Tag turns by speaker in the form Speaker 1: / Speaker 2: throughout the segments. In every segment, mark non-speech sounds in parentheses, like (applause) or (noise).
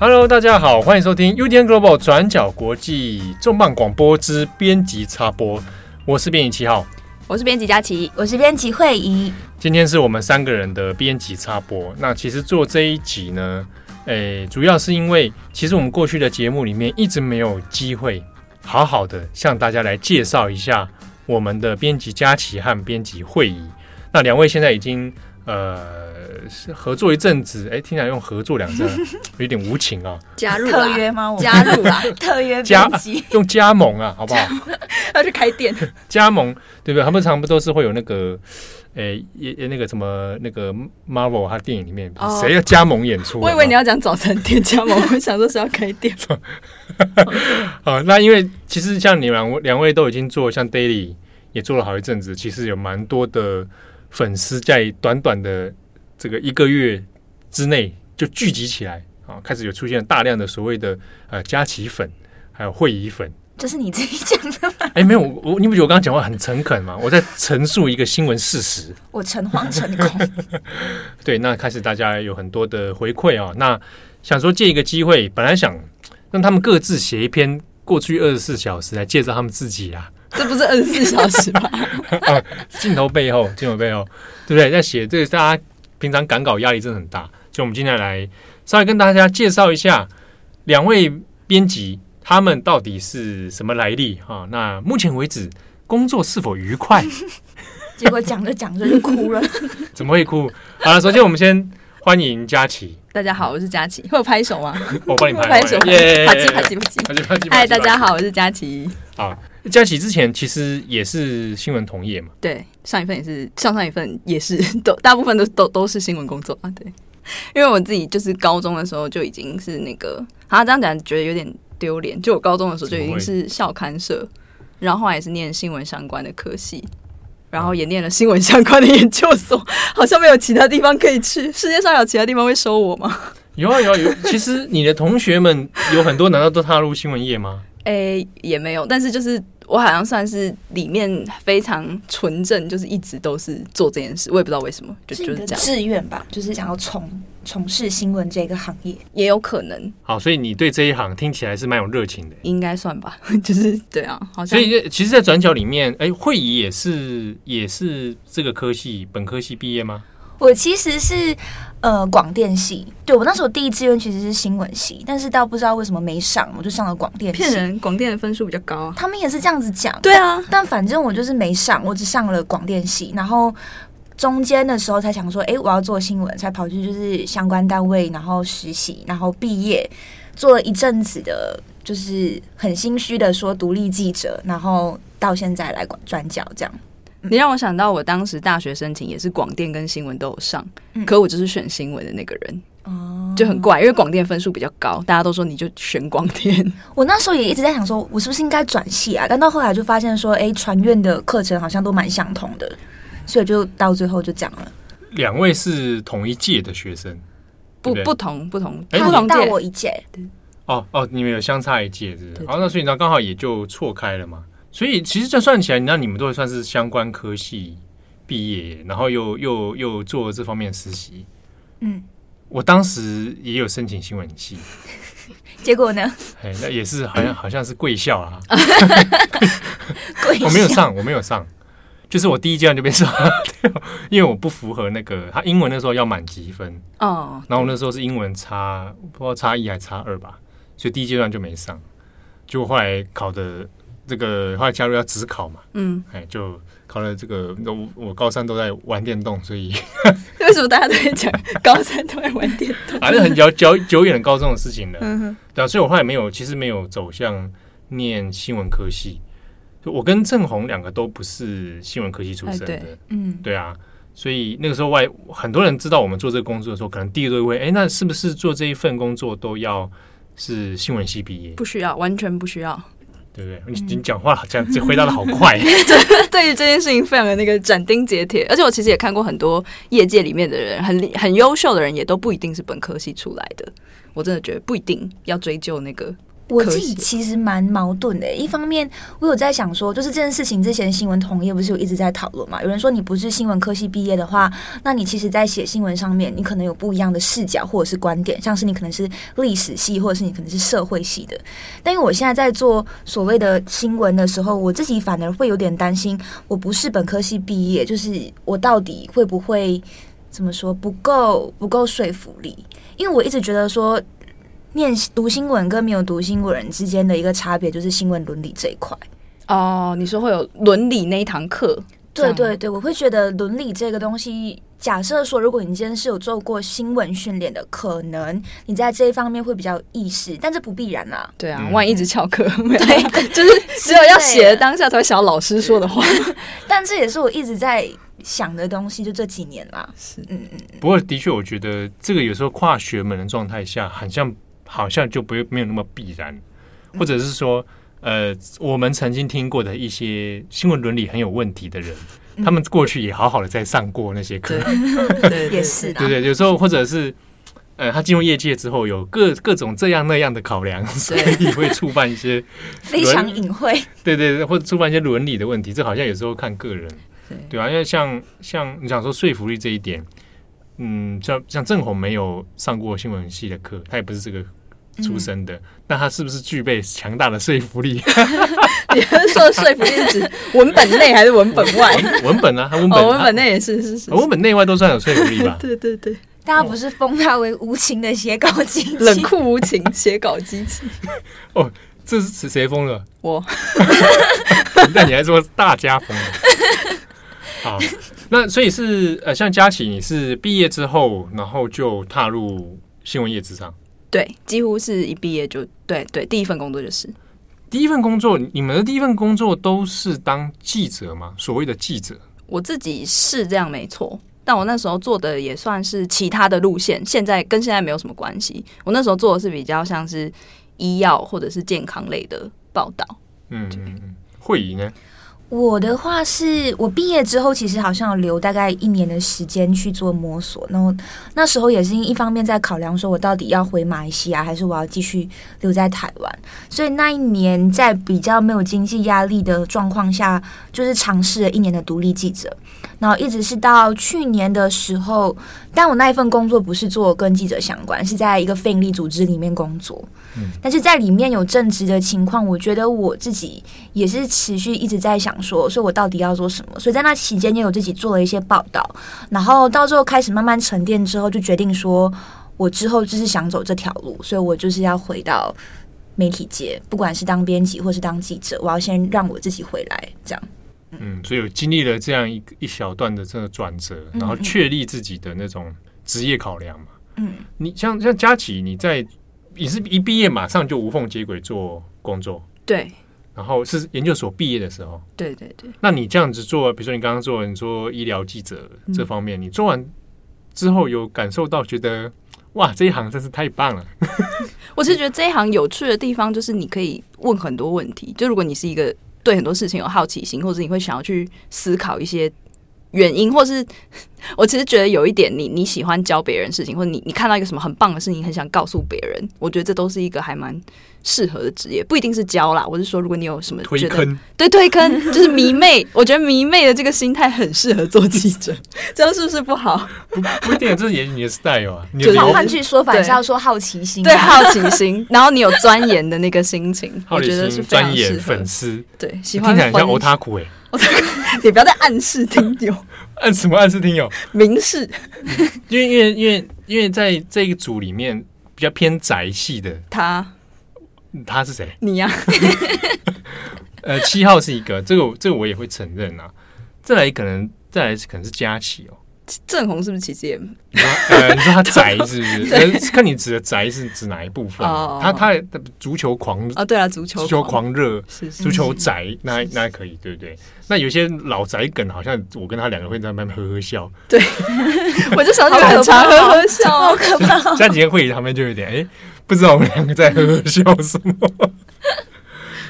Speaker 1: Hello，大家好，欢迎收听 UDN Global 转角国际重磅广播之编辑插播，我是编辑七号。
Speaker 2: 我是编辑佳琪，
Speaker 3: 我是编辑慧仪，
Speaker 1: 今天是我们三个人的编辑插播。那其实做这一集呢，诶，主要是因为其实我们过去的节目里面一直没有机会好好的向大家来介绍一下我们的编辑佳琪和编辑会议。那两位现在已经呃是合作一阵子，诶，听起来用合作两个字有点无情啊，
Speaker 2: 加入
Speaker 3: 特
Speaker 2: 啦，
Speaker 3: 约吗？我们
Speaker 2: 加入 (laughs) 啦，
Speaker 3: 特约
Speaker 1: 加
Speaker 3: 编辑，
Speaker 1: 用加盟啊，好不好？
Speaker 2: 要去开店，
Speaker 1: 加盟对不对？他们常不都是会有那个，诶、也也那个什么那个 Marvel 他电影里面
Speaker 2: 哦
Speaker 1: 谁要加盟演出？
Speaker 2: 我以为你要讲早餐店加盟， (laughs) 我想说是要开店，
Speaker 1: 啊，那因为其实像你们两位两位都已经做像 Daily 也做了好一阵子，其实有蛮多的粉丝在短短的这个一个月之内就聚集起来啊，开始有出现大量的所谓的呃佳琪粉，还有会议粉。
Speaker 3: 这是你自己讲的吗？
Speaker 1: 哎，没有，我我你不觉得我刚刚讲话很诚恳吗？我在陈述一个新闻事实。
Speaker 3: 我诚惶诚恐，
Speaker 1: 对，那开始大家有很多的回馈啊、那想说借一个机会，本来想让他们各自写一篇过去二十四小时来介绍他们自己啊，
Speaker 2: (laughs) 这不是二十四小时吗？ (laughs)
Speaker 1: 镜头背后，镜头背后，对不对？在写这个，大家平常赶稿压力真的很大，所以我们今天来稍微跟大家介绍一下两位编辑他们到底是什么来历啊？那目前为止工作是否愉快？ (laughs)
Speaker 3: 结果讲着讲着就哭了。
Speaker 1: 怎么会哭？好了，首先我们先欢迎佳琪，
Speaker 2: 大家好，我是佳琪，会有拍手吗？
Speaker 1: 我帮你拍
Speaker 2: 拍手， (laughs)
Speaker 1: 耶！ (laughs)
Speaker 2: 啪叽啪叽啪叽。
Speaker 1: 啪叽啪叽啪
Speaker 2: 嗨，
Speaker 1: 叽
Speaker 2: 哎大
Speaker 1: 啪叽
Speaker 2: 家好，我是佳琪。
Speaker 1: 啊，佳琪之前其实也是新闻同业嘛，
Speaker 2: 对，上一份也是，上上一份也是，都大部分都都都是新闻工作啊。对，因为我自己就是高中的时候就已经是那个，啊，这样讲觉得有点丢脸。就我高中的时候就已经是校刊社，然后后来也是念新闻相关的科系，然后也念了新闻相关的研究所，好像没有其他地方可以去。世界上有其他地方会收我吗？
Speaker 1: 有啊有啊有。 (laughs) 其实你的同学们有很多，难道都踏入新闻业吗？
Speaker 2: (laughs) 诶、也没有，但是就是。我好像算是里面非常纯正，就是一直都是做这件事，我也不知道为什么，就 (laughs)
Speaker 3: 就
Speaker 2: 就是这
Speaker 3: 你的
Speaker 2: 样，
Speaker 3: 志愿吧，就是想要从从事新闻这个行业。
Speaker 2: 也有可能
Speaker 1: 好，所以你对这一行听起来是蛮有热情的。
Speaker 2: 应该算 (laughs) 吧，就是对啊，好像
Speaker 1: 所以其实，在转角里面，哎，会议也是也是这个科系本科系毕业吗？
Speaker 3: 我其实是呃广电系，对我那时候第一志愿其实是新闻系，但是到不知道为什么没上，我就上了广电系。
Speaker 2: 骗！人，广电的分数比较高啊。
Speaker 3: 他们也是这样子讲。
Speaker 2: 对啊，
Speaker 3: 但反正我就是没上，我只上了广电系，然后中间的时候才想说，诶，哎我要做新闻，才跑去就是相关单位，然后实习，然后毕业，做了一阵子的，就是很心虚的说独立记者，然后到现在来管转角这样。
Speaker 2: 你让我想到我当时大学申请也是广电跟新闻都有上，
Speaker 3: 嗯
Speaker 2: 可我就是选新闻的那个人，
Speaker 3: 哦，
Speaker 2: 就很怪，因为广电分数比较高，大家都说你就选广电，
Speaker 3: 我那时候也一直在想说，我是不是应该转系啊？但到后来就发现说，诶，传院的课程好像都蛮相同的，所以就到最后就讲了，
Speaker 1: 两位是同一届的学生，
Speaker 2: (laughs) 不
Speaker 1: 对
Speaker 2: 不同不同
Speaker 1: 哎
Speaker 2: 不
Speaker 3: 他
Speaker 2: 同
Speaker 3: 大
Speaker 2: 届，
Speaker 3: 我一届，
Speaker 1: 哦哦，你们有相差一届，是不是？
Speaker 2: 对
Speaker 1: 好，那所以呢，刚好也就错开了嘛。所以其实这算起来，那你们都会算是相关科系毕业，然后又又又做这方面实习。
Speaker 3: 嗯，
Speaker 1: 我当时也有申请新闻系，
Speaker 3: 结果呢，
Speaker 1: 哎，那也是好像好像是贵校啊，
Speaker 3: 跪
Speaker 1: 哦我没有
Speaker 2: (laughs)
Speaker 3: 下
Speaker 1: 上，我没有上，就是我第一阶段就被刷掉， (laughs) 因为我不符合那个他英文那时候要满积分，
Speaker 2: 哦，
Speaker 1: 然后我那时候是英文差，不知道差一还差二吧，所以第一阶段就没上。结果后来考的这个，后来加入要只考嘛，
Speaker 2: 嗯，
Speaker 1: 哎，就考了这个。那我我高三都在玩电动，所以
Speaker 2: (laughs)
Speaker 1: (laughs)
Speaker 2: 为什么大家都在讲高三都在玩电动？
Speaker 1: 反正很久久久远的高中的事情了。
Speaker 2: 嗯哼，
Speaker 1: 对啊，所以我后来没有，其实没有走向念新闻科系。就我跟郑红两个都不是新闻科系出身的，
Speaker 2: 哎对
Speaker 3: 嗯，
Speaker 1: 对啊，所以那个时候外很多人知道我们做这个工作的时候，可能第一个会，哎，那是不是做这一份工作都要是新闻系毕业，
Speaker 2: (laughs) 不需要，完全不需要。
Speaker 1: 对不对？你你讲话讲这回答的好快，
Speaker 2: 对于这件事情非常的那个斩钉截铁，而且我其实也看过很多业界里面的人，很很优秀的人，也都不一定是本科系出来的。我真的觉得不一定要追究那个
Speaker 3: 我
Speaker 2: 可
Speaker 3: 自己
Speaker 2: 惜
Speaker 3: 其实蛮矛盾的。一方面，我有在想说，就是这件事情之前新闻同业不是有一直在讨论嘛？有人说你不是新闻科系毕业的话，那你其实在写新闻上面，你可能有不一样的视角或者是观点，像是你可能是历史系，或者是你可能是社会系的。但因为我现在在做所谓的新闻的时候，我自己反而会有点担心，我不是本科系毕业，就是我到底会不会怎么说不够不够说服力？因为我一直觉得说，念读新闻跟没有读新闻人之间的一个差别就是新闻伦理这一块。
Speaker 2: 哦，你说会有伦理那一堂课，这
Speaker 3: 对
Speaker 2: 样
Speaker 3: 对对，我会觉得伦理这个东西，假设说，如果你今天是有做过新闻训练的，可能你在这一方面会比较有意识，但这不必然啦。
Speaker 2: 对啊，
Speaker 1: 嗯
Speaker 2: 万一一直翘课，没有，
Speaker 3: 对
Speaker 2: (laughs) 就是只有要写
Speaker 3: 是
Speaker 2: 的当下才会想到老师说的话。
Speaker 3: 但这也是我一直在想的东西，就这几年啦。
Speaker 2: 是
Speaker 3: 嗯嗯，
Speaker 1: (laughs) 不过的确，我觉得这个有时候跨学门的状态下，好像好像就不会没有那么必然，或者是说，呃，我们曾经听过的一些新闻伦理很有问题的人，
Speaker 3: 嗯
Speaker 1: 他们过去也好好的在上过那些课
Speaker 2: 对，对对
Speaker 3: 也是
Speaker 2: 的。
Speaker 1: 对不对？有时候或者是。呃，他进入业界之后，有各各种这样那样的考量，所以会触犯一
Speaker 2: (laughs)
Speaker 1: 些，
Speaker 3: 非常隐晦。
Speaker 1: 对对对，或者触犯一些伦理的问题。这好像有时候看个人。
Speaker 2: 对
Speaker 1: 对啊，因为像像你想说说服力这一点，嗯，像像郑红没有上过新闻系的课，他也不是这个出身
Speaker 2: 嗯
Speaker 1: 的，那他是不是具备强大的说服
Speaker 2: (laughs)
Speaker 1: 力？
Speaker 2: 你是说的说服力是指文本内还是文本外？
Speaker 1: 文本啊，他文本、
Speaker 2: 哦，文本内也是是是？
Speaker 1: 他、。文本内外都算有说服力吧
Speaker 2: (laughs) 对对对，
Speaker 3: 大家不是封他为无情的写稿机器
Speaker 2: 冷酷无情，写稿机器。
Speaker 1: 这是谁谁疯了？
Speaker 2: 我
Speaker 1: (laughs) 那你还说大家疯了？ (laughs) 好，那所以是呃，像佳琪，你是毕业之后，然后就踏入新闻业之上。
Speaker 2: 对，几乎是一毕业就对对，第一份工作就是
Speaker 1: 第一份工作，你们的第一份工作都是当记者吗？所谓的记者，
Speaker 2: 我自己是这样没错，但我那时候做的也算是其他的路线，现在跟现在没有什么关系。我那时候做的是比较像是医药或者是健康类的报道。
Speaker 1: 嗯嗯嗯，会议呢？
Speaker 3: 我的话是我毕业之后，其实好像有留大概一年的时间去做摸索。然后那时候也是一方面在考量，说我到底要回马来西亚，还是我要继续留在台湾。所以那一年在比较没有经济压力的状况下，就是尝试了一年的独立记者。然后一直是到去年的时候，但我那一份工作不是做跟记者相关，是在一个非营利组织里面工作。
Speaker 1: 嗯
Speaker 3: 但是在里面有正职的情况，我觉得我自己也是持续一直在想说，所以我到底要做什么？所以在那期间也有自己做了一些报道，然后到最后开始慢慢沉淀之后，就决定说我之后就是想走这条路，所以我就是要回到媒体界，不管是当编辑或是当记者，我要先让我自己回来，这样
Speaker 1: 嗯，所以有经历了这样一个一小段的这个转折，
Speaker 3: 嗯
Speaker 1: 然后确立自己的那种职业考量嘛。
Speaker 3: 嗯。
Speaker 1: 你像像佳琪，你在你是一毕业马上就无缝接轨做工作，
Speaker 2: 对
Speaker 1: 然后是研究所毕业的时候，
Speaker 2: 对对对，
Speaker 1: 那你这样子做，比如说你刚刚做你说医疗记者
Speaker 2: 嗯
Speaker 1: 这方面，你做完之后有感受到觉得哇，这一行真是太棒了，
Speaker 2: 我是觉得这一行有趣的地方就是你可以问很多问题，就如果你是一个对很多事情有好奇心，或者你会想要去思考一些原因，或是我其实觉得有一点你，你喜欢教别人事情，或者你你看到一个什么很棒的事情，很想告诉别人，我觉得这都是一个还蛮适合的职业，不一定是教啦，我是说如果你有什么
Speaker 1: 推
Speaker 2: 觉得
Speaker 1: 坑。
Speaker 2: 对推坑就是迷妹，我觉得迷妹的这个心态很适合做记者，这样是不是不好？
Speaker 1: 不不一定，这是也你的 style 啊，你
Speaker 2: 就
Speaker 1: 的
Speaker 2: (laughs) 是
Speaker 3: 然后
Speaker 1: 流
Speaker 3: 换句说法
Speaker 2: 对
Speaker 3: 是要说好奇心、啊，
Speaker 2: 对好奇心，然后你有钻研的那个心情，
Speaker 1: 好
Speaker 2: 我觉
Speaker 1: 奇
Speaker 2: 得是
Speaker 1: 心、
Speaker 2: 非
Speaker 1: 钻
Speaker 2: 常适
Speaker 1: 研、
Speaker 2: 合
Speaker 1: 粉。丝，
Speaker 2: 对，喜
Speaker 1: 听
Speaker 2: 欢
Speaker 1: 起来很像
Speaker 2: 分
Speaker 1: 欧
Speaker 2: (laughs)
Speaker 1: 塔苦哎，
Speaker 2: 你不要再暗示听友，
Speaker 1: 暗什么暗示听友？
Speaker 2: 明示
Speaker 1: 因为因为因为因为在这一组里面比较偏宅系的，
Speaker 2: 他
Speaker 1: 他是谁？
Speaker 2: 你呀、
Speaker 1: 呃，七号是一个，这个我这个我也会承认啊。再来可能再来是可能是佳琪哦，
Speaker 2: 郑红是不是其实也
Speaker 1: 你说呃，你说他
Speaker 2: (laughs)
Speaker 1: 宅是不是？呃看你指的宅是指哪一部分
Speaker 2: 哦
Speaker 1: 啊？他他的足球狂
Speaker 2: 啊？对了，足球嗯
Speaker 1: 足球狂热。
Speaker 2: 是是
Speaker 1: 足球宅，那那可以，对不对？那有些老宅梗，好像我跟他两个会在那边呵呵
Speaker 2: (laughs)
Speaker 1: 笑，
Speaker 2: 我就想起
Speaker 3: 好
Speaker 2: 来很
Speaker 3: 可怕
Speaker 2: 常
Speaker 3: 哦
Speaker 2: 呵呵
Speaker 1: (laughs)
Speaker 2: 笑，好可怕。
Speaker 1: 佳琪在会议旁边就有点哎、诶不知道我们两个在呵呵笑什 (laughs) 么。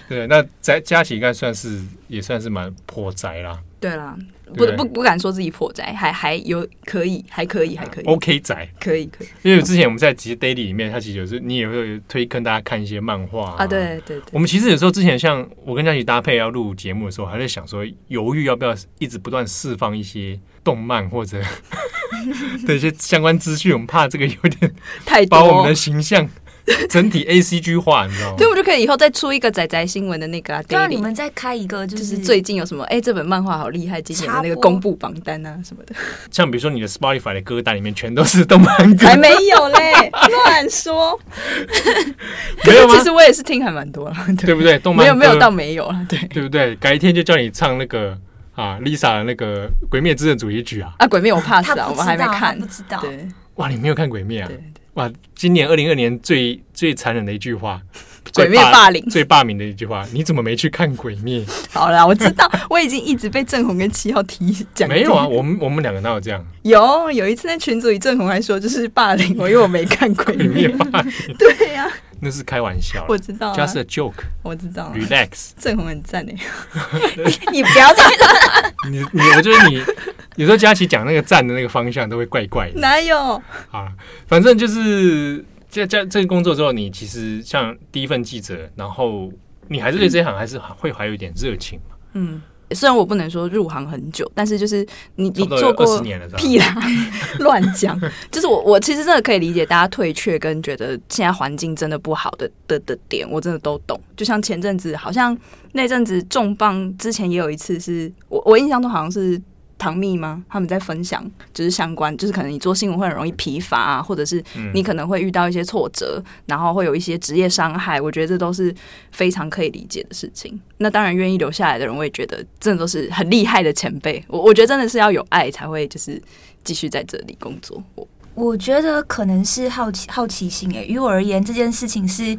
Speaker 1: 对，那在佳琪应该算是也算是蛮破宅啦，
Speaker 2: 对啦，不
Speaker 1: 对
Speaker 2: 不不敢说自己破宅，还还有可以，还可以，还可以，
Speaker 1: OK 仔，
Speaker 2: 可以可以
Speaker 1: 因为之前我们在其实 Daily 里面，它其实有时你也会推跟大家看一些漫画
Speaker 2: 啊！对对对，
Speaker 1: 我们其实有时候之前像我跟佳琪搭配要录节目的时候，还在想说犹豫要不要一直不断释放一些动漫或
Speaker 2: (laughs)
Speaker 1: 者的一些相关资讯，我们怕这个有点
Speaker 2: 太
Speaker 1: 把我
Speaker 2: 多
Speaker 1: 们的。形
Speaker 2: (laughs)
Speaker 1: 象整体 A C G 化，你知道吗
Speaker 2: 对，？我就可以以后再出一个仔仔新闻的那个啊
Speaker 3: 对啊，你
Speaker 2: ，daily，
Speaker 3: 们再开一个就
Speaker 2: 就是是最近有什么？哎，这本漫画好厉害，今年的那个
Speaker 3: 插播
Speaker 2: 公布榜单啊什么
Speaker 1: (laughs)
Speaker 2: 的，
Speaker 1: 像比如说你的 Spotify 的歌单里面全都是动漫歌
Speaker 2: 还，没有嘞， (laughs) 乱说。
Speaker 1: 没有吗
Speaker 2: 其？实我也是听还蛮多了，对，
Speaker 1: 对不对？动漫
Speaker 2: 没有没有
Speaker 1: 歌
Speaker 2: 到没有了，对。
Speaker 1: 对不对？改天就叫你唱那个啊 Lisa 的那个《鬼灭之刃》主题曲啊！
Speaker 2: 啊，鬼灭我 pass
Speaker 3: 他
Speaker 2: 啊，我
Speaker 3: 不知
Speaker 2: 们还没
Speaker 3: 道，他
Speaker 2: 看
Speaker 3: 不。知道，
Speaker 2: 对
Speaker 1: 哇，你没有看《鬼灭》啊？
Speaker 2: 对，
Speaker 1: 哇，今年二零二年最最残忍的一句话，
Speaker 2: (laughs) 鬼灭
Speaker 1: 最
Speaker 2: 霸凌
Speaker 1: 最霸凌的一句话，你怎么没去看鬼灭？
Speaker 2: 好啦，我知道，我已经一直被郑红跟七号提讲。
Speaker 1: 没有啊，，我们我们两个哪有这样？
Speaker 2: 有有一次在群组里，郑红还说就是霸凌我，因为我没看鬼
Speaker 1: 鬼灭
Speaker 2: 灭。
Speaker 1: 霸凌
Speaker 2: 对呀、
Speaker 1: 那是开玩笑
Speaker 2: 我知道、啊，
Speaker 1: ，just a
Speaker 2: 我知道、啊。
Speaker 1: joke，relax。
Speaker 2: 郑红很赞哎，你不要再
Speaker 1: 你你，我觉得你
Speaker 2: (laughs)
Speaker 1: 有时候佳琪讲那个赞的那个方向都会怪怪的
Speaker 2: 哪有？
Speaker 1: 啊。反正就是在在这个工作之后，你其实像第一份记者，然后你还是对这一行还是会还有一点热情嘛，
Speaker 2: 嗯，虽然我不能说入行很久，但是就是你
Speaker 1: 差
Speaker 2: 你
Speaker 1: 不多
Speaker 2: 做
Speaker 1: 有二十
Speaker 2: 过
Speaker 1: 年了，是吧？
Speaker 2: 屁啦， (laughs) 乱
Speaker 1: (laughs)
Speaker 2: 讲。就是我，我其实真的可以理解大家退却跟觉得现在环境真的不好的的的点，我真的都懂。就像前阵子，好像那阵子重磅之前也有一次是，我我印象中好像是。唐蜜吗？他们在分享，就是相关，就是可能你做新闻会很容易疲乏啊，或者是
Speaker 1: 嗯
Speaker 2: 你可能会遇到一些挫折，然后会有一些职业伤害，我觉得这都是非常可以理解的事情。那当然，愿意留下来的人，我也觉得真的都是很厉害的前辈。我我觉得真的是要有爱才会就是继续在这里工作。我
Speaker 3: 我觉得可能是好奇好奇心诶、于我而言，这件事情是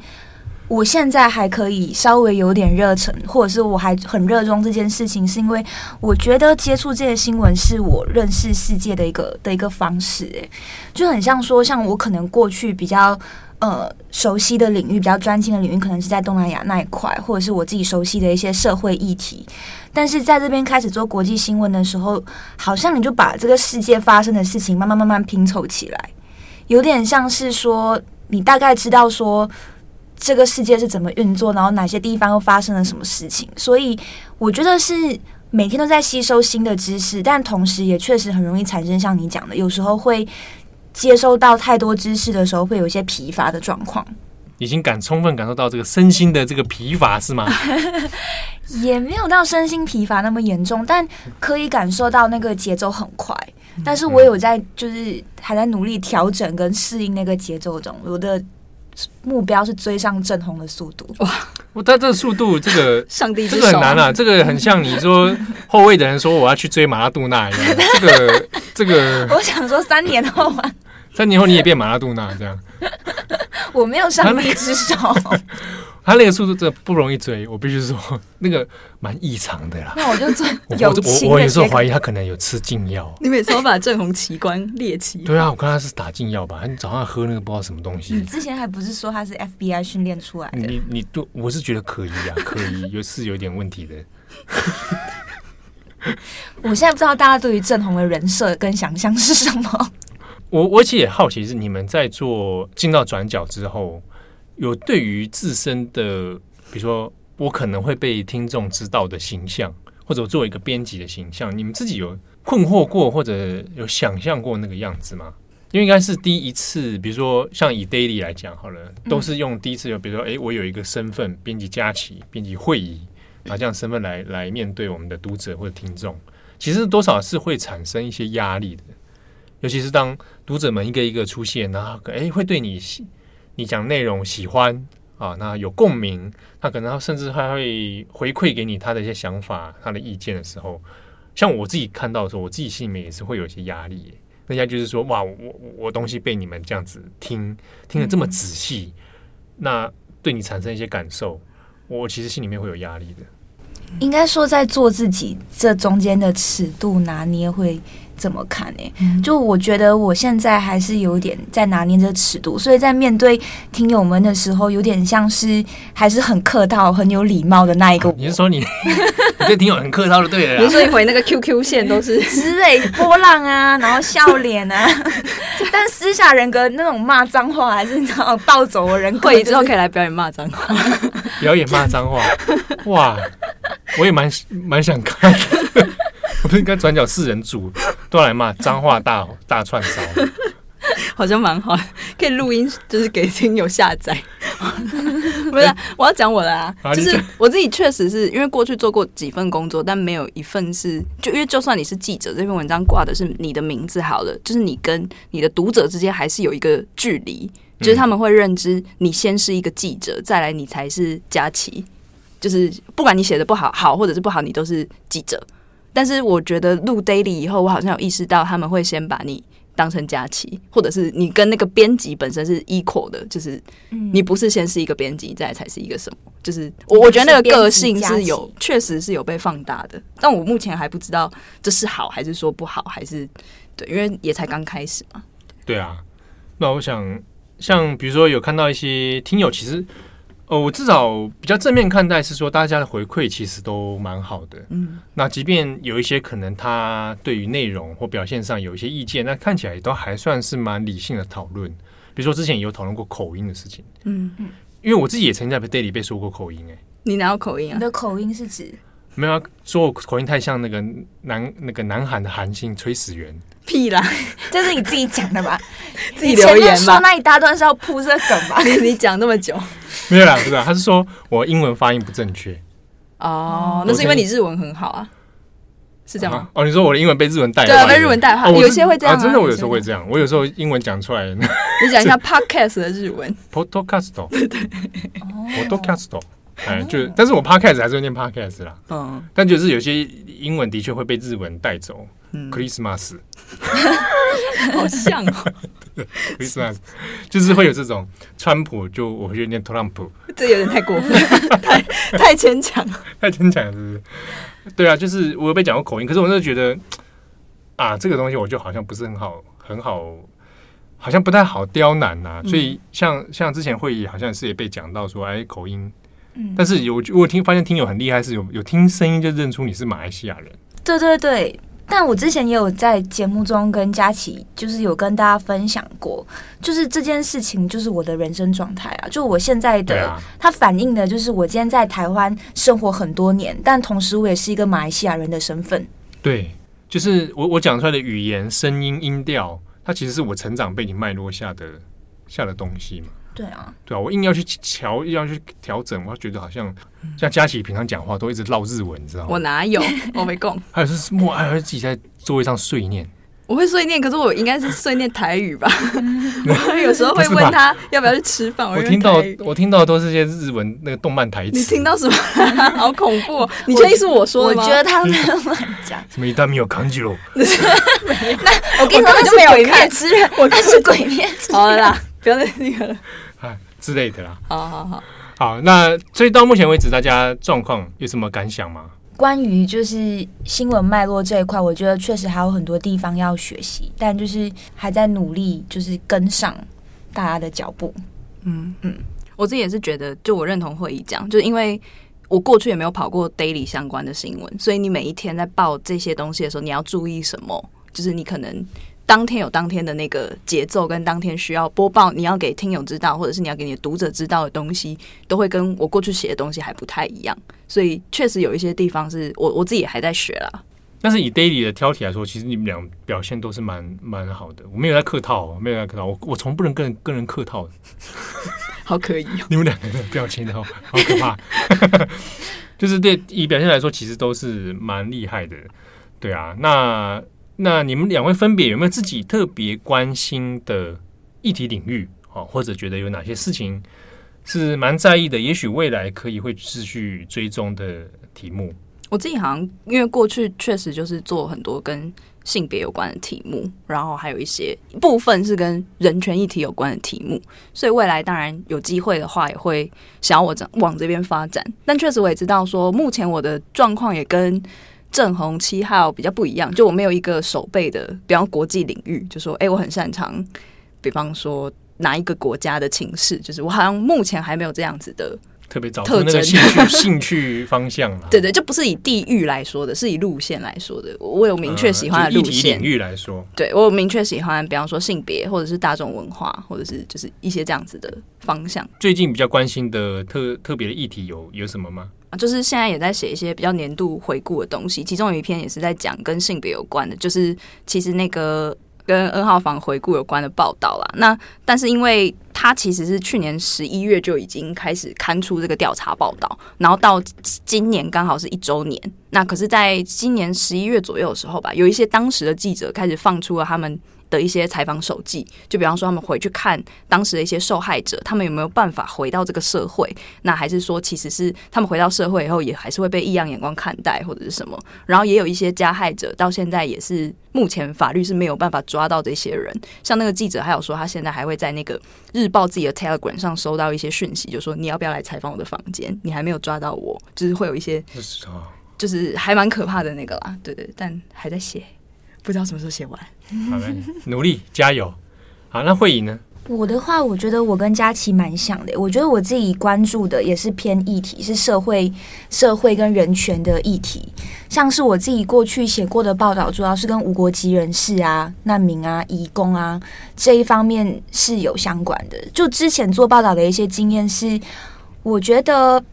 Speaker 3: 我现在还可以稍微有点热忱，或者是我还很热衷这件事情，是因为我觉得接触这些新闻是我认识世界的一个的一个方式、诶，就很像说，像我可能过去比较。呃，熟悉的领域比较专精的领域，可能是在东南亚那一块，或者是我自己熟悉的一些社会议题。但是在这边开始做国际新闻的时候，好像你就把这个世界发生的事情慢慢慢慢拼凑起来，有点像是说你大概知道说这个世界是怎么运作，然后哪些地方又发生了什么事情。所以我觉得是每天都在吸收新的知识，但同时也确实很容易产生像你讲的，有时候会。接收到太多知识的时候，会有一些疲乏的状况，
Speaker 1: 已经感充分感受到这个身心的这个疲乏是吗？
Speaker 3: 也没有到身心疲乏那么严重，但可以感受到那个节奏很快。但是我有在，就是还在努力调整跟适应那个节奏中。我的目标是追上正红的速 (laughs) 度。
Speaker 1: 我他这个速
Speaker 3: (laughs)
Speaker 1: 度，这个
Speaker 2: 上帝
Speaker 1: 这
Speaker 2: 之
Speaker 1: 个很
Speaker 2: 手啊，
Speaker 1: 难啊，这个很像你说后卫的人说我要去追马拉杜纳一样，啊这
Speaker 3: (laughs)
Speaker 1: 个这个
Speaker 3: 我想说，三年后啊，
Speaker 1: 三年后你也变马拉杜纳这样，
Speaker 3: 我没有上帝之手。
Speaker 1: 他那个速度真的不容易追，我必须说 (laughs) 那个蛮异常的啦。
Speaker 3: (laughs) 那我就做
Speaker 1: 我
Speaker 3: 友
Speaker 1: 我
Speaker 3: 情
Speaker 1: 我
Speaker 3: 的
Speaker 1: 有时候
Speaker 3: 结果
Speaker 1: 怀。疑他可能有吃禁药，
Speaker 2: 你每次都把正红奇观猎奇，
Speaker 1: 对啊，我看他是打禁药吧，他早上喝那个不知道什么东
Speaker 3: 你
Speaker 1: 西。
Speaker 3: 之前还不是说他是 FBI 训练出来的？
Speaker 1: 你你对我是觉得可疑啊，可疑有是有点问题的。
Speaker 3: 我现在不知道大家对于正红的人设跟想象是什么。
Speaker 1: 我我其实也好奇，是你们在做进到转角之后，有对于自身的，比如说我可能会被听众知道的形象，或者我作为一个编辑的形象，你们自己有困惑过，或者有想象过那个样子吗？因为应该是第一次，比如说像以 daily 来讲好了，都是用第一次，就比如说，诶，我有一个身份，编辑佳琪，编辑会议，拿这样的身份来来面对我们的读者或者听众，其实多少是会产生一些压力的，尤其是当读者们一个一个出啊现，然后诶会对你喜你讲内容喜欢啊，那有共鸣，他可能他甚至还会回馈给你他的一些想法、他的意见的时候，像我自己看到的时候，我自己心里面也是会有一些压力耶。那压力就是说，哇，我我我东西被你们这样子听，听得这么仔细，
Speaker 3: 嗯
Speaker 1: 那对你产生一些感受，我其实心里面会有压力的。
Speaker 3: 应该说，在做自己这中间的尺度拿捏会怎么看哎、
Speaker 2: 嗯
Speaker 3: 就我觉得我现在还是有点在拿捏这尺度，所以在面对听友们的时候，有点像是还是很客套、很有礼貌的那一个
Speaker 2: 啊
Speaker 3: 我
Speaker 1: 你是说你 (laughs) 你对听友很客套就对了
Speaker 2: 比如
Speaker 1: 啦，
Speaker 2: 说你回那个 QQ 线都是
Speaker 3: 之类波浪啊，然后笑
Speaker 2: (laughs)
Speaker 3: 脸啊，但私下人格那种骂脏话还是你知道暴走的人格
Speaker 2: 会议之后
Speaker 3: 就是
Speaker 2: 可以来表演骂脏话，
Speaker 1: 表演骂脏话，哇，我也蛮蛮想看的。 (laughs) 我们应该转角四人组都来骂脏话大大串烧，
Speaker 2: (laughs) 好像蛮好的，可以录音，就是给听友下
Speaker 1: (laughs)
Speaker 2: 载。不是啊，我要讲我的啊
Speaker 1: 好，
Speaker 2: 就
Speaker 1: 你
Speaker 2: 是
Speaker 1: 讲
Speaker 2: 我自己确实是因为过去做过几份工作，但没有一份是就因为就算你是记者，这篇文章挂的是你的名字好了，就是你跟你的读者之间还是有一个距离，
Speaker 1: 嗯
Speaker 2: 就是他们会认知你先是一个记者，再来你才是佳琪。就是不管你写的不好好或者是不好，你都是记者。但是我觉得录 daily 以后，我好像有意识到他们会先把你当成佳琪，或者是你跟那个编辑本身是 equal 的，就是你不是先是一个编辑，再来才是一个什么？就是我我觉得那个个性是有，确实是有被放大的。但我目前还不知道这是好还是说不好，还是对，因为也才刚开始嘛。
Speaker 1: 对啊，那我想，像比如说有看到一些听友，其实，呃，我至少比较正面看待是说，大家的回馈其实都蛮好的。
Speaker 2: 嗯，
Speaker 1: 那即便有一些可能他对于内容或表现上有一些意见，那看起来都还算是蛮理性的讨论。比如说之前有讨论过口音的事情，
Speaker 2: 嗯，
Speaker 1: 因为我自己也曾经在 Daily 被说过口音、欸，
Speaker 2: 你哪有口音
Speaker 3: 你
Speaker 2: 啊？
Speaker 3: 的口音是指
Speaker 1: 没有、啊、说我口音太像那个南那个南韩的韩星崔始
Speaker 2: (laughs)
Speaker 1: 源，
Speaker 2: 屁啦，
Speaker 3: 这是你自己讲的吧？
Speaker 2: (laughs) 自己留
Speaker 3: 你前面
Speaker 2: 言
Speaker 3: 说
Speaker 2: 吧。
Speaker 3: 那一大段是要铺这个梗
Speaker 2: (laughs)
Speaker 3: 吧？
Speaker 2: 你你讲那么久
Speaker 1: 没有啦，不是、啊，他是说我英文发音不正确，
Speaker 2: (laughs) 哦，那是因为你日文很好啊，是这样
Speaker 1: 啊
Speaker 2: 吗？
Speaker 1: 哦，你说我的英文被日文带
Speaker 2: 对啊，
Speaker 1: 坏
Speaker 2: 被日文带坏，
Speaker 1: 哦我
Speaker 2: 有
Speaker 1: 是
Speaker 2: 些会这样
Speaker 1: 啊，真的，我有时候
Speaker 2: 些
Speaker 1: 会这样，我有时候英文讲出来
Speaker 2: 你讲一下 podcast 的日文， (laughs)
Speaker 1: ，podcast，对对，podcast，哎，就但是我 podcast 还是会念 podcast 啦，
Speaker 2: 嗯
Speaker 1: 但就是有些英文的确会被日文带走
Speaker 2: 嗯，
Speaker 1: ，Christmas，Christmas
Speaker 2: (laughs) 好像哦，
Speaker 1: 就是会有这种川普就我会去念 Trump，
Speaker 2: 这有点太过分， (laughs) 太太牵强了。
Speaker 1: (laughs) 太牵强了，是不是？对啊，就是我有被讲过口音，可是我真的觉得啊，这个东西我就好像不是很好，很好，好像不太好刁难呐、所以像像之前会议好像是也被讲到说，哎，口音。
Speaker 3: 嗯
Speaker 1: 但是有我听发现听友很厉害，是有有听声音就认出你是马来西亚人，
Speaker 3: 对对对，但我之前也有在节目中跟佳琪，就是有跟大家分享过，就是这件事情就是我的人生状态啊，就我现在
Speaker 1: 对
Speaker 3: 的，
Speaker 1: 啊，
Speaker 3: 它反映的就是我今天在台湾生活很多年，但同时我也是一个马来西亚人的身份。
Speaker 1: 对，就是我我讲出来的语言、声音、音调，它其实是我成长背景脉络下的下的东西嘛。
Speaker 3: 对啊，
Speaker 1: 对啊，我硬要去调，硬要去调整，我觉得好像像佳琪平常讲话都一直唠日文，你知道
Speaker 2: 嗯我
Speaker 1: 吗？
Speaker 2: 哪 (laughs) 有？我没空，
Speaker 1: 还有就是默哀，还会自己在座位上碎念，
Speaker 2: 我会碎念，可是我应该是碎念台语 (laughs) 吧。我有时候会问他要不要去吃饭，
Speaker 1: 我
Speaker 2: 会
Speaker 1: 听
Speaker 2: 问
Speaker 1: 到
Speaker 2: 台语
Speaker 1: 我听到的都是些日文那个动漫台词，
Speaker 2: 你听到什么？ (laughs) 好恐怖哦！你确定是我说
Speaker 3: 我
Speaker 2: 的吗？
Speaker 3: 觉得他们乱讲，
Speaker 1: 什么一旦没有扛久，
Speaker 3: 我跟你说
Speaker 2: 我根本
Speaker 3: 那
Speaker 2: 就是没有
Speaker 3: 鬼灭
Speaker 2: 看
Speaker 3: 之刃，
Speaker 2: (laughs) 我
Speaker 3: 那是鬼灭之刃。
Speaker 2: 好了啦，不要再那个了。
Speaker 1: 啊之类的啦。
Speaker 2: 好好好，
Speaker 1: 好，那所以到目前为止，大家状况有什么感想吗？
Speaker 3: (laughs) 关于就是新闻脉络这一块，我觉得确实还有很多地方要学习，但就是还在努力，就是跟上大家的脚步。
Speaker 2: 嗯嗯，我自己也是觉得，就我认同会议讲，就是因为我过去也没有跑过 daily 相关的新闻，所以你每一天在报这些东西的时候，你要注意什么？就是你可能当天有当天的那个节奏，跟当天需要播报，你要给听友知道，或者是你要给你的读者知道的东西，都会跟我过去写的东西还不太一样。所以确实有一些地方是我我自己也还在学啦。
Speaker 1: 但是以 daily 的挑剔来说，其实你们俩表现都是蛮蛮好的。我没有在客套哦，没有在客套，我我从不能跟人跟人客套的。
Speaker 2: 好可以、哦，
Speaker 1: (laughs) 你们两个的表情好好可怕， (laughs) 就是对以表现来说，其实都是蛮厉害的，对啊。那那你们两位分别有没有自己特别关心的议题领域啊，或者觉得有哪些事情是蛮在意的？也许未来可以会持续追踪的题目。
Speaker 2: 我自己好像因为过去确实就是做很多跟性别有关的题目，然后还有一些部分是跟人权议题有关的题目，所以未来当然有机会的话，也会想要我往这边发展。但确实我也知道说，目前我的状况也跟。正红七号比较不一样，就我没有一个手背的，比方国际领域，就说哎、诶我很擅长，比方说哪一个国家的情势，就是我好像目前还没有这样子的，
Speaker 1: 特别找出
Speaker 2: 特
Speaker 1: 那个
Speaker 2: 征
Speaker 1: 兴趣兴趣方向啊啦。
Speaker 2: (laughs) 对对，就不是以地域来说的，是以路线来说的。我我有明确喜欢
Speaker 1: 呃
Speaker 2: 的
Speaker 1: 就
Speaker 2: 路
Speaker 1: 议题
Speaker 2: 线，
Speaker 1: 领域来说，
Speaker 2: 对我有明确喜欢，比方说性别或者是大众文化，或者是就是一些这样子的方向。
Speaker 1: 最近比较关心的特特别的议题有有什么吗？
Speaker 2: 啊就是现在也在写一些比较年度回顾的东西，其中有一篇也是在讲跟性别有关的，就是其实那个跟 N 号房回顾有关的报道啦。那但是因为它其实是去年十一月就已经开始刊出这个调查报道，然后到今年刚好是一周年。那可是，在今年十一月左右的时候吧，有一些当时的记者开始放出了他们的一些采访手记，就比方说他们回去看当时的一些受害者，他们有没有办法回到这个社会，那还是说其实是他们回到社会以后也还是会被异样眼光看待或者是什么？然后也有一些加害者到现在也是目前法律是没有办法抓到这些人，像那个记者还有说他现在还会在那个日报自己的 Telegram 上收到一些讯息，就说你要不要来采访我的房间？你还没有抓到我，就是会有一些
Speaker 1: 就是啊
Speaker 2: 就是还蛮可怕的那个啦，对对，但还在写，不知道什么时候写完。
Speaker 1: 好嘞，努力加油。好，那会议呢？
Speaker 3: 我的话，我觉得我跟佳琪蛮像的。我觉得我自己关注的也是偏议题，是社会、社会跟人权的议题。像是我自己过去写过的报道，主要是跟无国籍人士啊、难民啊、移工啊这一方面是有相关的。就之前做报道的一些经验是，我觉得。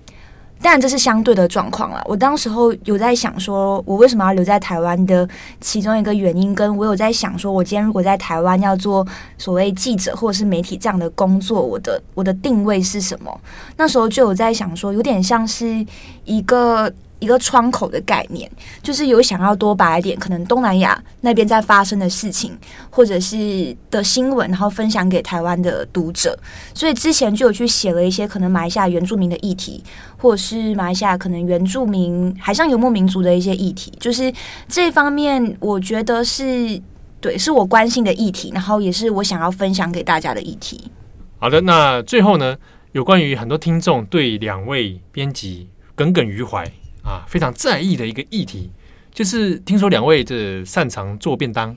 Speaker 3: 当然这是相对的状况啦。我当时候有在想，说我为什么要留在台湾的其中一个原因，跟我有在想，说我今天如果在台湾要做所谓记者或者是媒体这样的工作，我的我的定位是什么？那时候就有在想说，有点像是一个一个窗口的概念，就是有想要多把一点可能东南亚那边在发生的事情，或者是的新闻，然后分享给台湾的读者。所以之前就有去写了一些可能马来西亚原住民的议题，或者是马来西亚可能原住民海上游牧民族的一些议题，就是这方面我觉得是对，是我关心的议题，然后也是我想要分享给大家的议题。
Speaker 1: 好的，那最后呢，有关于很多听众对两位编辑耿耿于怀啊，非常在意的一个议题，就是听说两位这擅长做便当，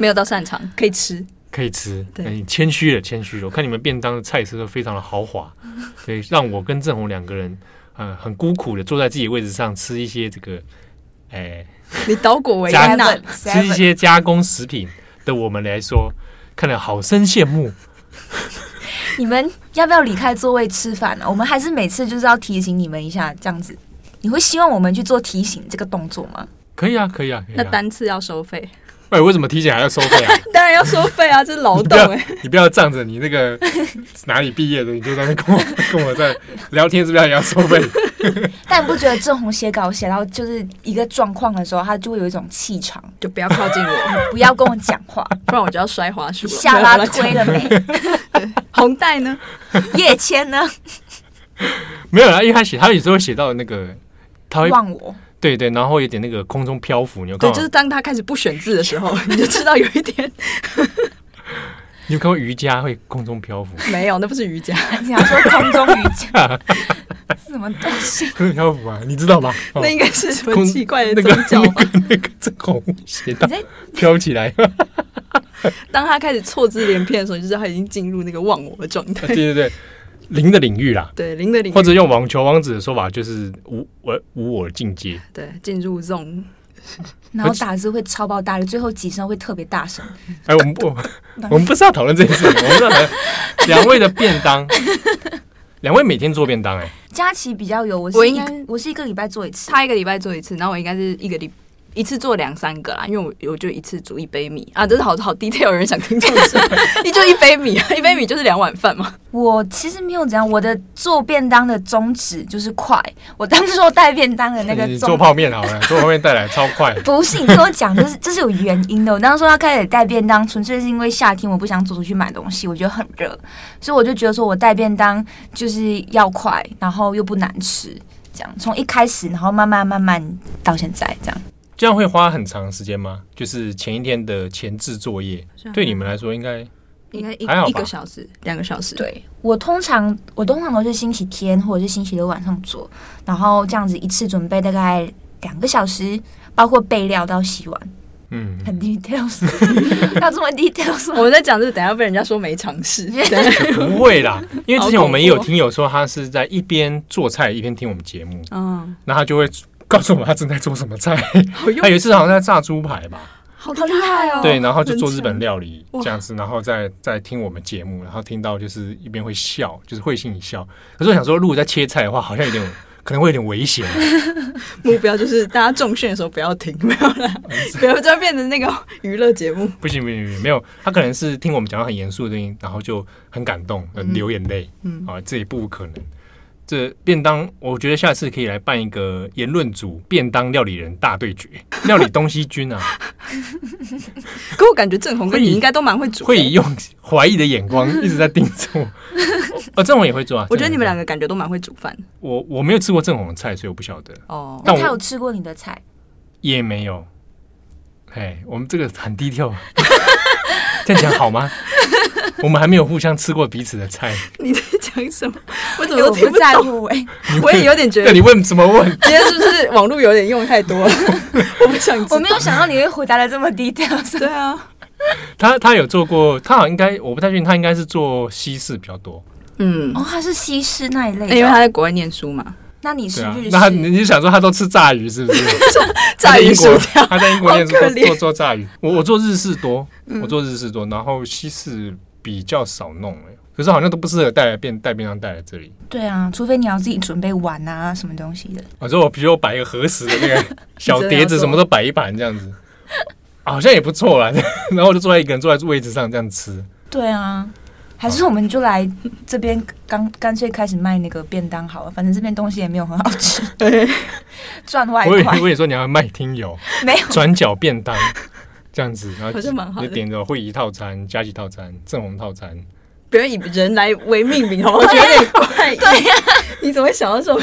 Speaker 2: 没有到擅长，可以 (laughs) 吃。
Speaker 1: 可以吃，
Speaker 2: 对
Speaker 1: 哎谦虚了，谦虚了。我看你们便当的菜色都非常的豪华，所以让我跟郑红两个人，呃，很孤苦的坐在自己位置上吃一些这个，哎、
Speaker 2: 你倒果为
Speaker 1: 加
Speaker 2: 因呐、
Speaker 1: 吃一些加工食品的我们来说，看了好生羡慕。
Speaker 3: 你们要不要离开座位吃饭呢、我们还是每次就是要提醒你们一下，这样子。你会希望我们去做提醒这个动作吗？ (laughs)
Speaker 1: 可以啊，可以啊，可以
Speaker 2: 那
Speaker 1: 啊。
Speaker 2: 单次要收费，
Speaker 1: 哎、为什么体检还要收费啊？ (laughs)
Speaker 2: 当然要收费啊，这是劳
Speaker 1: 你不
Speaker 2: 动
Speaker 1: 要
Speaker 2: 哎、
Speaker 1: 你不要仗着你那 (laughs) 个哪里毕业的，你就在那跟我跟我在聊天，是不是也要收费？ (laughs)
Speaker 3: 但你不觉得郑红写稿写到就是一个状况的时候，他就会有一种气场，
Speaker 2: (laughs) 就不要靠近我，
Speaker 3: 不要跟我讲话，
Speaker 2: 不然我就要摔滑
Speaker 3: 你
Speaker 2: 鼠了。
Speaker 3: 下巴推了没？
Speaker 2: (laughs) 红带呢？
Speaker 1: 嗯
Speaker 3: 叶谦呢？
Speaker 1: 没有啦，因为他写，他有时候会写到那个，他会
Speaker 3: 忘我。
Speaker 1: 对对，然后有点那个空中漂浮，你有看
Speaker 2: 对，
Speaker 1: 过？
Speaker 2: 就是当他开始不选字的时候，你就知道有一点
Speaker 1: 你有看过瑜伽会空中漂浮？
Speaker 2: (laughs) 没有，那不是瑜伽，
Speaker 3: 你要说空中瑜伽 (laughs) 什么东
Speaker 1: (laughs)
Speaker 3: 西？
Speaker 1: (laughs) 空中漂浮啊，你知道吗？哦
Speaker 2: 那应该是什么
Speaker 1: 空
Speaker 2: 奇怪的
Speaker 1: 那个啊
Speaker 2: 宗教
Speaker 1: 那
Speaker 2: 吧？
Speaker 1: 个那个这红写到 (laughs)
Speaker 3: 你在
Speaker 1: 飘起来，
Speaker 2: 当他开始错字连篇的时候，你就知道他已经进入那个忘我的状态
Speaker 1: 对。对对，零的领域啦，
Speaker 2: 对，零的零，
Speaker 1: 或者用网球王子的说法，就是无我无我境界。
Speaker 2: 对进入 zone，
Speaker 3: 然后打字会超爆大力，最后几声会特别大声。
Speaker 1: 哎，我们不，我们不是要讨论这件
Speaker 3: (laughs)
Speaker 1: 事，我们是要讨论两位的便当，两位每天做便当、哎，
Speaker 3: 佳琪比较有，我
Speaker 2: 我
Speaker 3: 是
Speaker 2: 应
Speaker 3: 一
Speaker 2: 该
Speaker 3: 我是一个礼拜做一次。
Speaker 2: 他一个礼拜做一次，然后我应该是一个礼一次做两三个啦，因为我我就一次煮一杯米啊，真是好好 detail，有人想听这种
Speaker 1: (laughs)
Speaker 2: 事，你就一杯米，啊，一杯米就是两碗饭嘛。
Speaker 3: 我其实没有怎样，我的做便当的宗旨就是快。我当时候带便当的那个
Speaker 1: (laughs) 你做
Speaker 3: 宗
Speaker 1: 泡面好了，做泡面带来超快。 (laughs)
Speaker 3: 不是你听我讲，这是 (laughs) 这是有原因的。我当时候要啊开始带便当，纯粹是因为夏天我不想走出去买东西，我觉得很热，所以我就觉得说我带便当就是要快，然后又不难吃，这样从一开始，然后慢慢慢慢到现在这样。
Speaker 1: 这样会花很长时间吗？就是前一天的前置作业，
Speaker 3: 嗯
Speaker 1: 对你们来说应该
Speaker 2: 应该
Speaker 1: 还好吧
Speaker 2: 一一个小时、两个小时，
Speaker 3: 对我通常我通常都是星期天或者是星期六晚上做，然后这样子一次准备大概两个小时，包括备料到洗碗，
Speaker 1: 嗯，
Speaker 3: 很 details，要这么
Speaker 2: (laughs)
Speaker 3: details
Speaker 2: 我
Speaker 3: 吗？
Speaker 2: 们在讲，就是等一下被人家说没尝 (laughs) 试，
Speaker 1: 不会
Speaker 3: (laughs)
Speaker 1: 啦，因为之前我们也有
Speaker 2: 好恐怖哦
Speaker 1: 听友说他是在一边做菜一边听我们节目，
Speaker 2: 嗯，
Speaker 1: 那他就会告诉我们他正在做什么菜。
Speaker 2: 好用
Speaker 1: 他，有一次好像在炸猪排吧，
Speaker 2: 好
Speaker 3: 好厉害哦
Speaker 1: 哎对，然后就
Speaker 2: 很
Speaker 1: 做
Speaker 2: 强
Speaker 1: 日本料理
Speaker 2: 哇
Speaker 1: 这样子，然后再再听我们节目，然后听到就是一边会笑，就是会心一笑。可是我想说，如果在切菜的话，好像有点可能会有点危险。啊
Speaker 2: 目标就是大家重训的时候不要 (laughs) 停，不要啦，不要就变成那个娱乐节目。
Speaker 1: (laughs) 不行不行不行，没有，他可能是听我们讲到很严肃的东西，然后就很感动，呃
Speaker 2: 嗯
Speaker 1: 流眼泪。
Speaker 2: 嗯，
Speaker 1: 啊，这也不可能。这便当，我觉得下次可以来办一个言论组便当料理人大对决，料理东西君
Speaker 2: (laughs)
Speaker 1: 啊，
Speaker 2: 可我感觉郑红跟你
Speaker 1: 会
Speaker 2: 应该都蛮会煮的，
Speaker 1: 会用怀疑的眼光一直在盯着
Speaker 2: (laughs)
Speaker 1: 我。哦，郑红也会做啊。
Speaker 2: 我觉得你们两
Speaker 1: 个，
Speaker 2: 个感觉都蛮会煮饭的
Speaker 1: 我我没有吃过郑红的菜，所以我不晓得，
Speaker 2: 哦。
Speaker 1: 但
Speaker 3: 那
Speaker 1: 我
Speaker 3: 他有吃过你的菜？
Speaker 1: 也没有。嘿，我们这个很低调， (laughs) 这样讲好吗？我们还没有互相吃过彼此的菜，
Speaker 2: 你在讲什么？我怎
Speaker 3: 我
Speaker 2: 么都听
Speaker 3: 不
Speaker 2: 不
Speaker 3: 在
Speaker 2: 懂？
Speaker 3: 乎哎、
Speaker 2: 我也有点觉
Speaker 1: 那
Speaker 2: 得
Speaker 1: 你问什么问？
Speaker 2: 今天是不是网络有点用太多 (laughs) 了？我不想知
Speaker 3: 我没有想到你会回答的这么 details。
Speaker 2: 对啊，
Speaker 1: 他他有做过，他好像应该我不太确定，他应该是做西式比较多。
Speaker 2: 嗯，
Speaker 3: 哦，他是西式那一类的，
Speaker 2: 因为他在国外念书嘛，
Speaker 3: 那你是
Speaker 1: 对啊
Speaker 3: 日，式？
Speaker 1: 那他你你想说他都吃炸鱼是不
Speaker 2: (laughs)
Speaker 1: 是？
Speaker 2: 炸鱼薯条，
Speaker 1: 他在英国
Speaker 2: 好
Speaker 1: 念书
Speaker 2: 可
Speaker 1: 做
Speaker 2: 怜嗯
Speaker 1: 做做炸鱼，我我做日式多，我做日式多，然后西式比较少弄哎、可是好像都不适合带来便带便当带来这里。
Speaker 3: 对啊，除非你要自己准备碗啊，什么东西的。
Speaker 1: 我说我比如我摆一个合适的那
Speaker 2: (laughs)
Speaker 1: 个小碟子，
Speaker 2: 你真的要做
Speaker 1: 什么都摆一盘这样子，啊好像也不错啦。 (laughs) 然后我就坐在一个人坐在位置上这样吃，
Speaker 3: 对啊，还是我们就来这边刚干脆开始卖那个便当好了，反正这边东西也没有很好吃，赚外
Speaker 1: 我以
Speaker 3: 快
Speaker 1: 为我也说你要卖听友
Speaker 3: 没有。
Speaker 1: 转角便当这样子，然后
Speaker 2: 好像蛮好
Speaker 1: 你
Speaker 2: 的
Speaker 1: 点着会议套餐、加急套餐、正红套餐，
Speaker 2: 不要以人来为命名，好吗？我觉得有点 (laughs) 怪异。
Speaker 3: 对呀、
Speaker 2: 你怎么会想到这 (laughs) 种？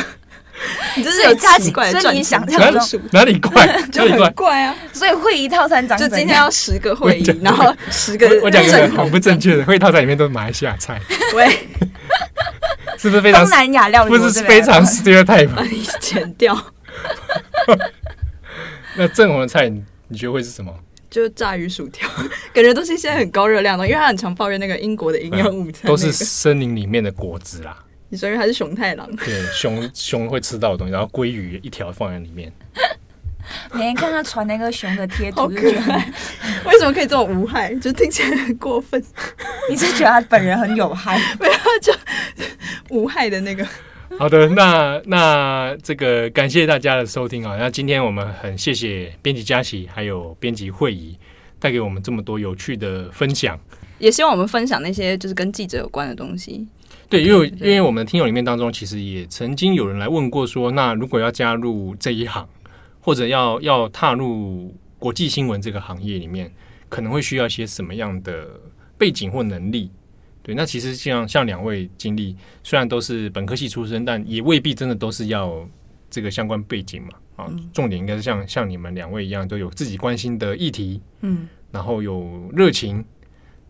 Speaker 2: 你真是
Speaker 3: 所
Speaker 2: 有
Speaker 3: 以他
Speaker 2: 奇怪的
Speaker 3: 所
Speaker 2: 转
Speaker 3: 以你想
Speaker 2: 折
Speaker 3: 这
Speaker 1: 哪
Speaker 3: 样
Speaker 1: 里
Speaker 3: 子
Speaker 2: 数
Speaker 1: 哪里怪哪
Speaker 2: 啊 (laughs) 就
Speaker 1: 里怪
Speaker 2: 很。怪啊！
Speaker 3: 所以会议套餐长
Speaker 2: 就
Speaker 3: 怎
Speaker 2: 今天
Speaker 3: 样
Speaker 2: 要十个会议
Speaker 1: 我讲，
Speaker 2: 然后十个
Speaker 1: 我我讲一个
Speaker 2: 正
Speaker 1: 很
Speaker 2: 红
Speaker 1: 不正确的，会套餐里面都是马来西亚菜，
Speaker 2: 喂，
Speaker 1: 是不是非常
Speaker 3: 东南亚料理，
Speaker 1: 不
Speaker 3: 我
Speaker 1: 是
Speaker 3: 这边
Speaker 1: 非常
Speaker 3: 来
Speaker 1: stereotype？
Speaker 2: 把你剪掉，
Speaker 1: 那正红的菜你你觉得会是什
Speaker 2: (laughs)
Speaker 1: 么？
Speaker 2: 就是炸鱼薯条， (laughs) 感觉都是一些很高热量的东西，因为他很常抱怨那个英国的营养午餐、那
Speaker 1: 都
Speaker 2: 个
Speaker 1: 是森林里面的果子啦，
Speaker 2: 你说因为他是熊太郎， (laughs)
Speaker 1: 对，熊熊会吃到的东西，然后鲑鱼一条放在里面，
Speaker 3: 每天看他传那个熊的贴
Speaker 2: 好
Speaker 3: 图，
Speaker 2: 可
Speaker 3: 就觉得
Speaker 2: 爱，为什么可以这么无害？就听起来很过分，
Speaker 3: (laughs) 你是觉得他本人很有嗨，
Speaker 2: 无害的那个，
Speaker 1: 好的，那那这个感谢大家的收听啊。那今天我们很谢谢编辑佳琪还有编辑会议带给我们这么多有趣的分享。
Speaker 2: 也希望我们分享那些就是跟记者有关的东西。
Speaker 1: 对，因为
Speaker 2: 对
Speaker 1: 因
Speaker 2: 对
Speaker 1: 为我们的听友里面当中，其实也曾经有人来问过说，那如果要加入这一行，或者要要踏入国际新闻这个行业里面，可能会需要一些什么样的背景或能力？对，那其实像像两位经历，虽然都是本科系出身，但也未必真的都是要这个相关背景嘛。啊，重点应该是像像你们两位一样，都有自己关心的议题，
Speaker 2: 嗯，
Speaker 1: 然后有热情，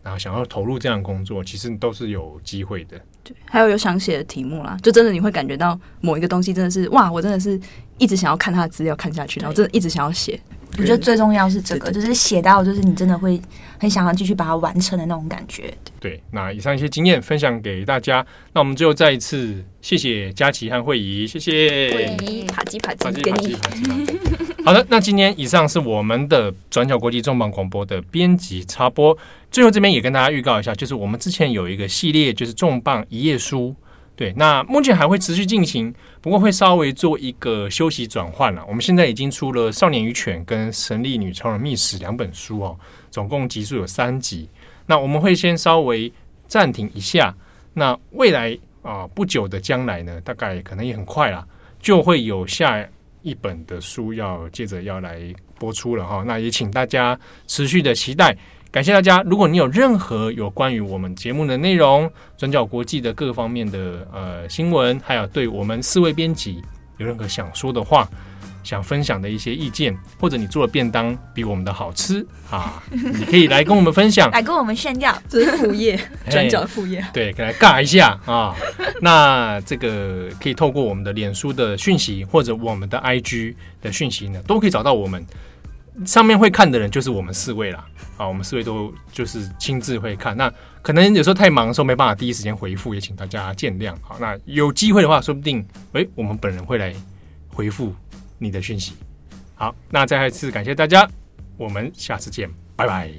Speaker 1: 然后想要投入这样的工作，其实都是有机会的。
Speaker 2: 还有有想写的题目啦，就真的你会感觉到某一个东西真的是哇，我真的是一直想要看他的资料看下去，然后真的一直想要写。
Speaker 3: 我觉得最重要是这个，就是写到就是你真的会很想要继续把它完成的那种感觉。
Speaker 1: 对，那以上一些经验分享给大家。那我们最后再一次谢谢佳琪和慧仪，谢谢。
Speaker 2: 一啪叽啪
Speaker 1: 啪
Speaker 2: 叽
Speaker 1: 叽
Speaker 2: 给
Speaker 1: 啪
Speaker 2: 你
Speaker 1: 叽。啪叽啪叽 (laughs) 好的，那今天以上是我们的转角国际重磅广播的编辑插播。最后这边也跟大家预告一下，就是我们之前有一个系列，就是重磅一页书。对，那目前还会持续进行，不过会稍微做一个休息转换了。我们现在已经出了《少年与犬》跟《神力女超人秘史》两本书哦，总共集数有三集。那我们会先稍微暂停一下，那未来啊、不久的将来呢，大概可能也很快啦，就会有下一本的书要接着要来播出了哈。那也请大家持续的期待，感谢大家。如果你有任何有关于我们节目的内容、转角国际的各方面的呃新闻，还有对我们四位编辑有任何想说的话，想分享的一些意见，或者你做的便当比我们的好吃啊，你可以来跟我们分
Speaker 3: (laughs)
Speaker 1: 享。
Speaker 3: 来跟我们炫耀。
Speaker 2: 这是副 (laughs) 业，转角副业。
Speaker 1: 对，给来尬一下啊！那这个可以透过我们的脸书的讯息或者我们的 IG 的讯息呢，都可以找到我们。上面会看的人就是我们四位啦，啊，我们四位都就是亲自会看。那可能有时候太忙的时候没办法第一时间回复，也请大家见谅。好，那有机会的话，说不定诶、我们本人会来回复你的讯息。好，那再次感谢大家，我们下次见，拜拜。